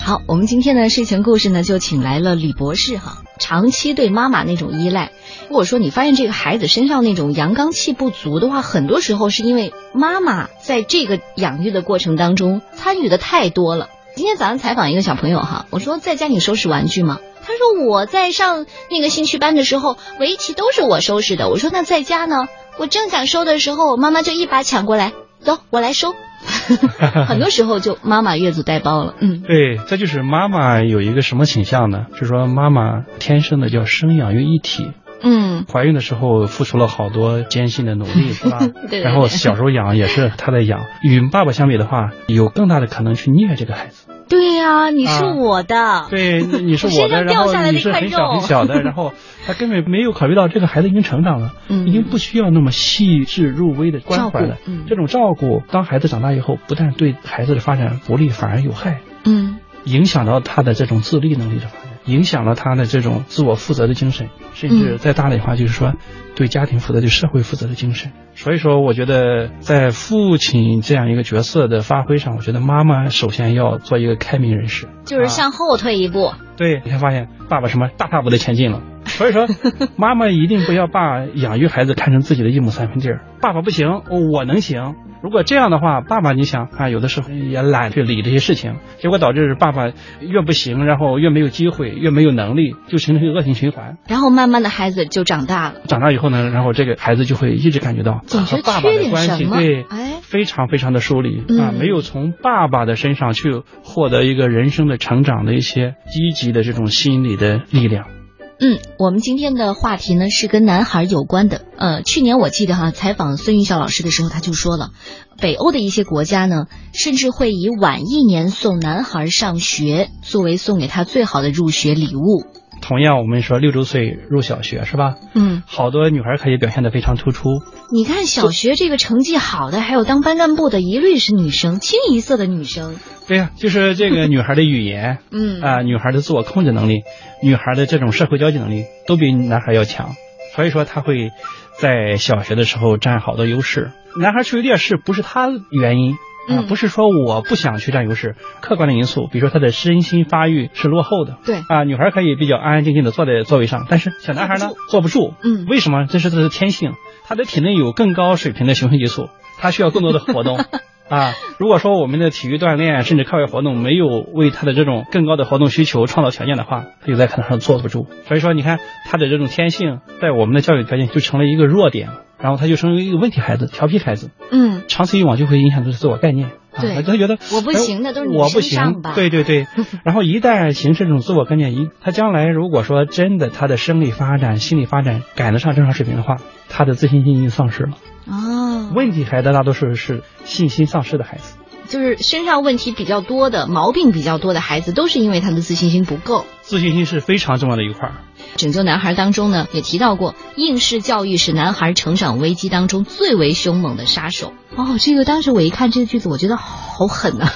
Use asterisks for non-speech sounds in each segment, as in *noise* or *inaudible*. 好，我们今天的睡前故事呢，就请来了李博士哈。长期对妈妈那种依赖，如果说你发现这个孩子身上那种阳刚气不足的话，很多时候是因为妈妈在这个养育的过程当中参与的太多了。今天早上采访一个小朋友哈，我说在家你收拾玩具吗？他说我在上那个兴趣班的时候，围棋都是我收拾的。我说那在家呢？我正想收的时候，我妈妈就一把抢过来，走，我来收。 *laughs* 很多时候就妈妈越俎代庖了，嗯，对，这就是妈妈有一个什么倾向呢？就说妈妈天生的叫生养育一体，嗯，怀孕的时候付出了好多艰辛的努力，是吧？对然后小时候养也是她在养，与爸爸相比的话，有更大的可能去虐这个孩子。对呀、你是啊我的，对，你是我我身的，上然掉后下来你的一是块很小肉很小 *laughs* 的，然后他根本没有考虑到这个孩子已经成长了，嗯已经不需要那么细致入微的关怀了照顾嗯。这种照顾，当孩子长大以后，不但对孩子的发展不利，反而有害。嗯，影响到他的这种自立能力的发展，影响了他的这种自我负责的精神，甚至再大的话就是说，对家庭负责、对社会负责的精神。所以说，我觉得在父亲这样一个角色的发挥上，我觉得妈妈首先要做一个开明人士。就是向后退一步，对，你会发现爸爸什么大踏步的前进了。所 *laughs* 以说，妈妈一定不要把养育孩子看成自己的一亩三分地儿。爸爸不行，哦我能行。如果这样的话，爸爸你想啊，有的时候也懒去理这些事情，结果导致爸爸越不行，然后越没有机会，越没有能力，就形成一个恶性循环。然后慢慢的孩子就长大了，长大以后呢，然后这个孩子就会一直感觉到啊总觉和得爸爸缺的点关什系么对，哎非常非常的疏离、啊，嗯没有从爸爸的身上去获得一个人生的成长的一些积极的这种心理的力量。嗯，我们今天的话题呢是跟男孩有关的。呃，去年我记得哈，采访孙云霄老师的时候，他就说了，北欧的一些国家呢，甚至会以晚一年送男孩上学作为送给他最好的入学礼物。同样，我们说六周岁入小学是吧？嗯，好多女孩可以表现得非常突出，你看小学这个成绩好的，还有当班干部的，一律是女生，清一色的女生。对呀、就是这个女孩的语 *laughs* 言嗯啊、女孩的自我控制能力，女孩的这种社会交际能力都比男孩要强，所以说她会在小学的时候占好多优势。男孩处于劣势不是他原因。啊嗯，不是说我不想去占优势，客观的因素，比如说他的身心发育是落后的，对啊，女孩可以比较安安静静的坐在座位上，但是小男孩呢坐不住。嗯为什么？这是他的天性，他的体内有更高水平的雄性激素，他需要更多的活动。啊，如果说我们的体育锻炼甚至课外活动没有为他的这种更高的活动需求创造条件的话，他就在课堂上坐不住。所以说，你看他的这种天性，在我们的教育条件就成了一个弱点，然后他就成为一个问题孩子、调皮孩子，嗯，长此以往就会影响他的自我概念。啊对他他觉得我不行的哎都是女我生不上行吧，对 *laughs* 对对。然后一旦形成这种自我概念，一他将来如果说真的他的生理发展、心理发展赶得上正常水平的话，他的自信心已经丧失了。哦，问题孩子大多数是信心丧失的孩子，就是身上问题比较多的、毛病比较多的孩子，都是因为他的自信心不够。自信心是非常重要的一块儿。拯救男孩当中呢，也提到过，应试教育是男孩成长危机当中最为凶猛的杀手。哦，这个当时我一看这个句子，我觉得好狠呐、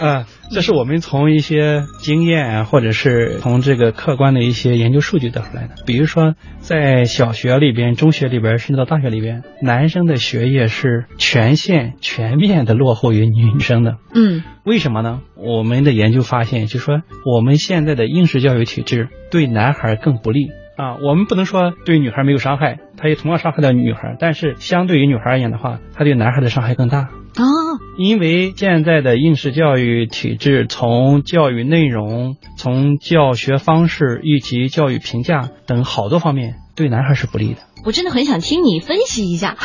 啊，这是我们从一些经验，啊或者是从这个客观的一些研究数据得出来的。比如说，在小学里边、中学里边，甚至到大学里边，男生的学业是全线全面的落后于女生的。 *laughs* 嗯为什么呢？我们的研究发现，就说我们现在的应试教育体制对男孩更不利啊。我们不能说对女孩没有伤害，它也同样伤害到女孩，但是相对于女孩而言的话，它对男孩的伤害更大。啊、因为现在的应试教育体制，从教育内容、从教学方式以及教育评价等好多方面，对男孩是不 *laughs* 利的我真的很想听你分析一下。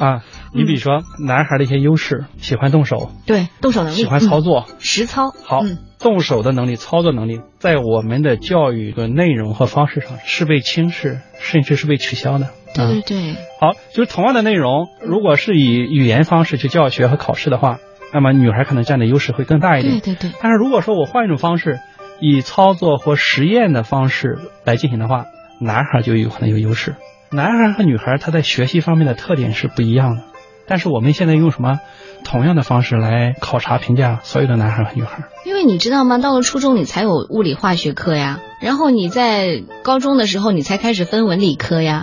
啊。你比如说，男孩的一些优势，喜欢动手，对，动手能力，喜欢操嗯、作，实操。好嗯，动手的能力、操作能力，在我们的教育的内容和方式上是被轻视，甚至是被取消的。对对嗯对，好，就是同样的内容，如果是以语言方式去教学和考试的话，那么女孩可能占的优势会更大一点。对对对，但是如果说我换一种方式，以操作或实验的方式来进行的话，男孩就有可能有优势。男孩和女孩他在学习方面的特点是不一样的，但是我们现在用什么同样的方式来考察评价所有的男孩和女孩？因为你知道吗？到了初中你才有物理化学课呀，然后你在高中的时候你才开始分文理科呀。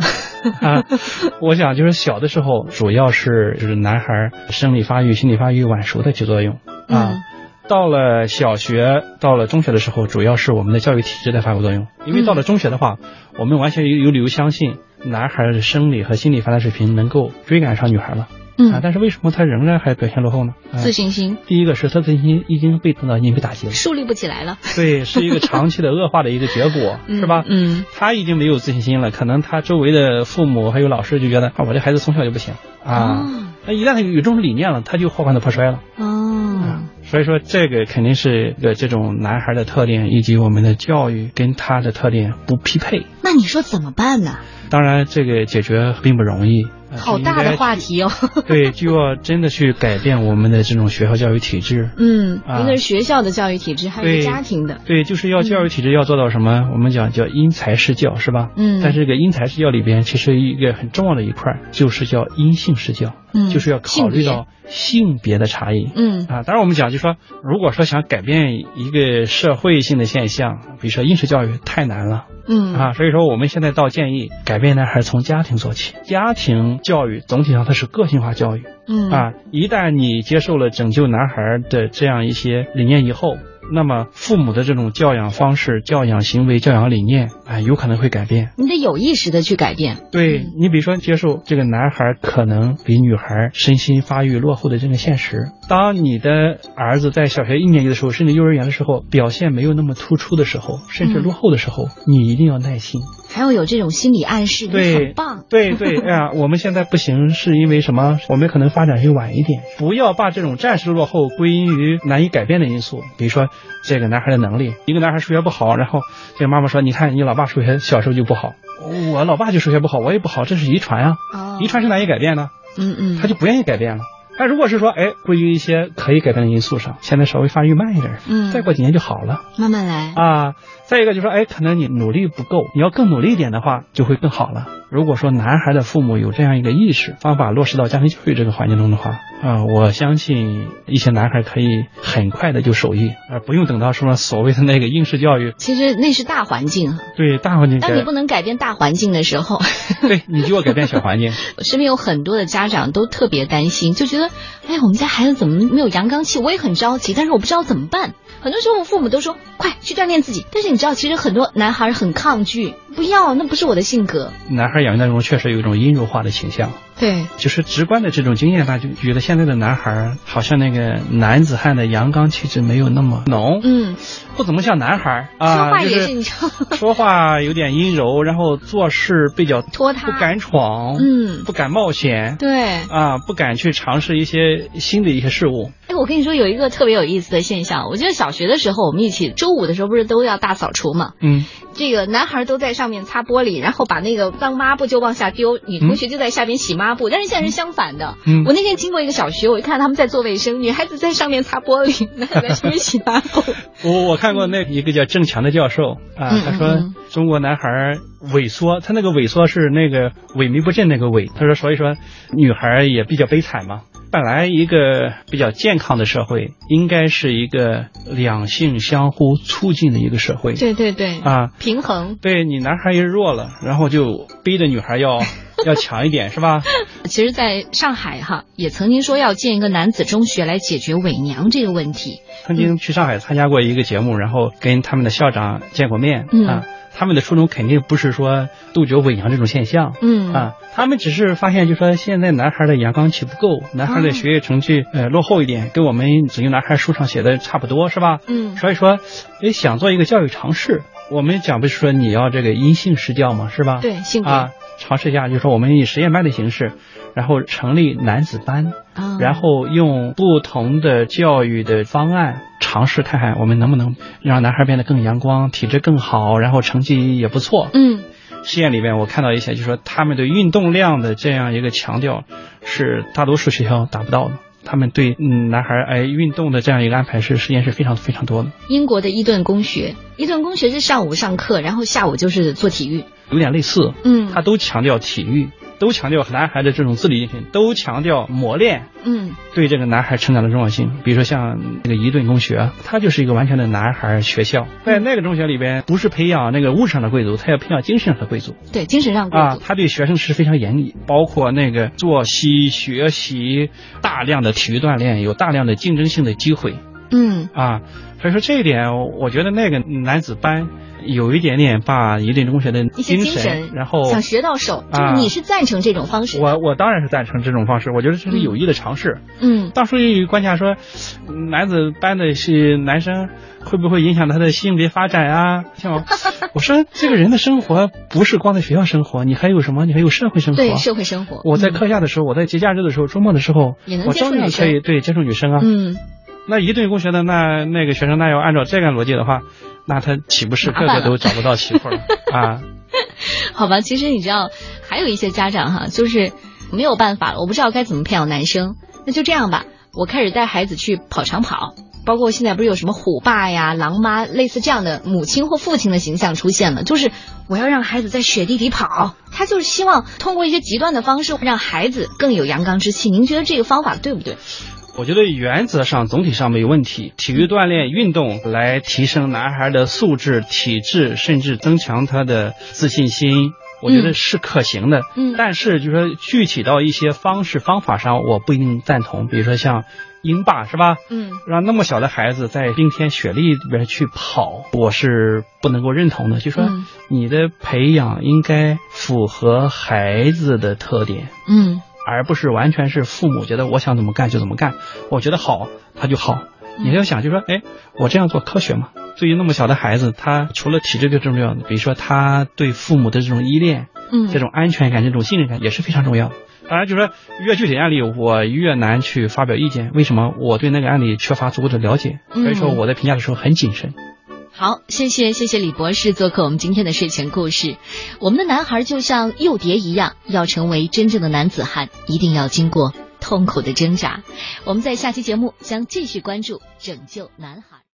啊，我想就是小的时候主要是就是男孩生理发育、心理发育晚熟的起作用啊。嗯到了小学，到了中学的时候，主要是我们的教育体制在发挥作用。因为到了中学的话，我们完全有有理由相信男孩的生理和心理发展水平能够追赶上女孩了、啊嗯，但是为什么他仍然还表现落后呢？啊自信心第一个是他自信心已经被等到已经被打 *laughs* 击了，树立不起来了，对，是一个长期的恶化的一个结果， *laughs* 嗯是吧？嗯他已经没有自信心了，可能他周围的父母还有老师就觉得啊，我这孩子从小就不行啊。哦那、一旦他有这种理念了，他就后患的破摔了。哦，所以说，这个肯定是一个这种男孩的特点，以及我们的教育跟他的特点不匹配。那你说怎么办呢？当然，这个解决并不容易。呃好大的话。题哦。是应该 *laughs* 对，就要真的去改变我们的这种学校教育体制。嗯，啊一个是学校的教育体制，还有一个对家庭的。对，就是要教育体制要做到什么？我们讲叫因材施教，是吧？嗯但是这个因材施教里边，其实一个很重要的一块儿就是叫因性施教，嗯就是要考虑到性别的差异。嗯啊，当然我们讲，就说如果说想改变一个社会性的现象，比如说应试教育太难了嗯啊，所以说我们现在倒建议改变呢，还是从家庭做起。家庭教育总体上它是个性化教育嗯啊，一旦你接受了拯救男孩的这样一些理念以后。那么，父母的这种教养方式、教养行为、教养理念，啊、有可能会改变。你得有意识的去改变。对嗯你，比如说接受这个男孩可能比女孩身心发育落后的这个现实。当你的儿子在小学一年级的时候，甚至幼儿园的时候，表现没有那么突出的时候，甚至嗯落后的时候，你一定要耐心。还要有这种心理暗示，你对很棒。对对， *laughs* 哎呀，我们现在不行，是因为什么？我们可能发展会晚一点。不要把这种暂时的落后归因于难以改变的因素，比如说这个男孩的能力，一个男孩数学不好，然后这个妈妈说：“你看你老爸数学小时候就不好，我老爸就数学不好，我也不好，这是遗传啊，哦遗传是难以改变的。”嗯嗯，他就不愿意改变了。但如果是说，哎，归于一些可以改变的因素上，现在稍微发育慢一点，嗯再过几年就好了慢慢来。啊。再一个就是说，哎，可能你努力不够，你要更努力一点的话，就会更好了。如果说男孩的父母有这样一个意识，方法落实到家庭教育这个环境中的话，啊、我相信一些男孩可以很快的就受益，而不用等到什么所谓的那个应试教育，其实那是大环境，啊对大环境改当你，不能改变大环境的时候， *laughs* 对你就要改变小环境。 *laughs* 我身边有很多的家长都特别担心，就觉得，哎，我们家孩子怎么没有阳刚气？我也很着急，但是我不知道怎么办。很多时候，我父母都说，快去锻炼自己。但是你知道，其实很多男孩很抗拒，不要，那不是我的性格。男孩养育当中确实有一种阴柔化的倾向。对，就是直观的这种经验吧，就觉得现在的男孩儿好像那个男子汉的阳刚气质没有那么浓，嗯，不怎么像男孩儿啊，说话也就是你知道 *laughs* 说话有点阴柔，然后做事比较拖沓不敢闯，嗯不敢冒险，对。啊，不敢去尝试一些新的一些事物，哎，我跟你说，有一个特别有意思的现象，我记得小学的时候，我们一起周五的时候不是都要大扫除嘛？嗯，这个男孩都在上面擦玻璃，然后把那个脏抹布就往下丢，女同学就在下边洗抹布。但是现在是相反的，嗯我那天经过一个小学，我就看他们在做卫生，女孩子在上面擦玻璃，男孩子在上面洗抹 *laughs* 布。我我看过那一个叫郑强的教授啊嗯，他说嗯中国男孩儿萎缩，他那个萎缩是那个萎靡不振那个萎。他说，所以说女孩儿也比较悲惨嘛。本来一个比较健康的社会，应该是一个两性相互促进的一个社会对对对，啊。平衡。对你男孩儿也弱了，然后就逼着女孩 *laughs* 儿要要强一点，是吧？其实，在上海哈，也曾经说要建一个男子中学来解决伪娘这个问题。曾经去上海参加过一个节目，然后跟他们的校长见过面、嗯啊。他们的初衷肯定不是说杜绝伪娘这种现象，嗯，啊，他们只是发现，就说现在男孩的阳刚气不够，男孩的学业成绩嗯呃落后一点，跟我们拯救男孩书上写的差不多，是吧？嗯所以说，也想做一个教育尝试。我们讲不是说你要这个因性施教嘛，是吧？对性别啊，尝试一下，就说我们以实验班的形式，然后成立男子班，啊然后用不同的教育的方案尝试看看我们能不能让男孩变得更阳光，体质更好，然后成绩也不错。嗯实验里面，我看到一些，就说他们对运动量的这样一个强调，是大多数学校达不到的。他们对嗯男孩儿哎运动的这样一个安排是实验是非常非常多的，英国的伊顿公学，伊顿公学是上午上课，然后下午就是做体育。有点类似，嗯他都强调体育，都强调男孩的这种自理精神，都强调磨练。嗯对这个男孩成长的重要性，比如说像那个伊顿公学，它就是一个完全的男孩学校。在那个中学里边，不是培养那个物质上的贵族，他要培养精神上的贵族。对，精神上过啊度，。他对学生是非常严厉，包括那个作息、学习、大量的体育锻炼，有大量的竞争性的机会。嗯啊，所以说这一点，我觉得那个男子班有一点点把引领中学的一些精神，然后想学到手，就是啊你是赞成这种方式的，我我当然是赞成这种方式，我觉得这是有益的尝试。嗯到时候有关卡说，嗯男子班的是男生会不会影响他的性别发展啊？像我 *laughs* 我说，这个人的生活不是光在学校生活，你还有什么？你还有社会生活。对社会生活，我在嗯课下的时候，我在节假日的时候、周末的时候也能，我接触照女样可以对接触女生啊。嗯那一对一工学的那那个学生，那要按照这个逻辑的话，那他岂不是麻个烦个了都找不到媳 *laughs* 妇儿啊？好吧，其实你知道，还有一些家长哈，就是没有办法了，我不知道该怎么培养男生，那就这样吧，我开始带孩子去跑长跑，包括现在不是有什么虎爸呀、狼妈，类似这样的母亲或父亲的形象出现了，就是我要让孩子在雪地里跑，他就是希望通过一些极端的方式让孩子更有阳刚之气。您觉得这个方法对不对？我觉得原则上总体上没问题，体育锻炼、运动来提升男孩的素质、体质，甚至增强他的自信心，我觉得是可行的。嗯但是就是说具体到一些方式方法上，我不一定赞同。比如说像英霸是吧？嗯，让那么小的孩子在冰天雪地里边去跑，我是不能够认同的。就说嗯你的培养应该符合孩子的特点。嗯而不是完全是父母觉得我想怎么干就怎么干，我觉得好他就好。嗯你要想就说，哎，我这样做科学吗？对于那么小的孩子，他除了体质最重要的，比如说他对父母的这种依恋、嗯，这种安全感、这种信任感也是非常重要的。当然，就说越具体案例，我越难去发表意见。为什么？我对那个案例缺乏足够的了解，所以说嗯我在评价的时候很谨慎。好，谢谢谢谢李博士做客我们今天的睡前故事。我们的男孩就像幼蝶一样，要成为真正的男子汉，一定要经过痛苦的挣扎。我们在下期节目将继续关注拯救男孩。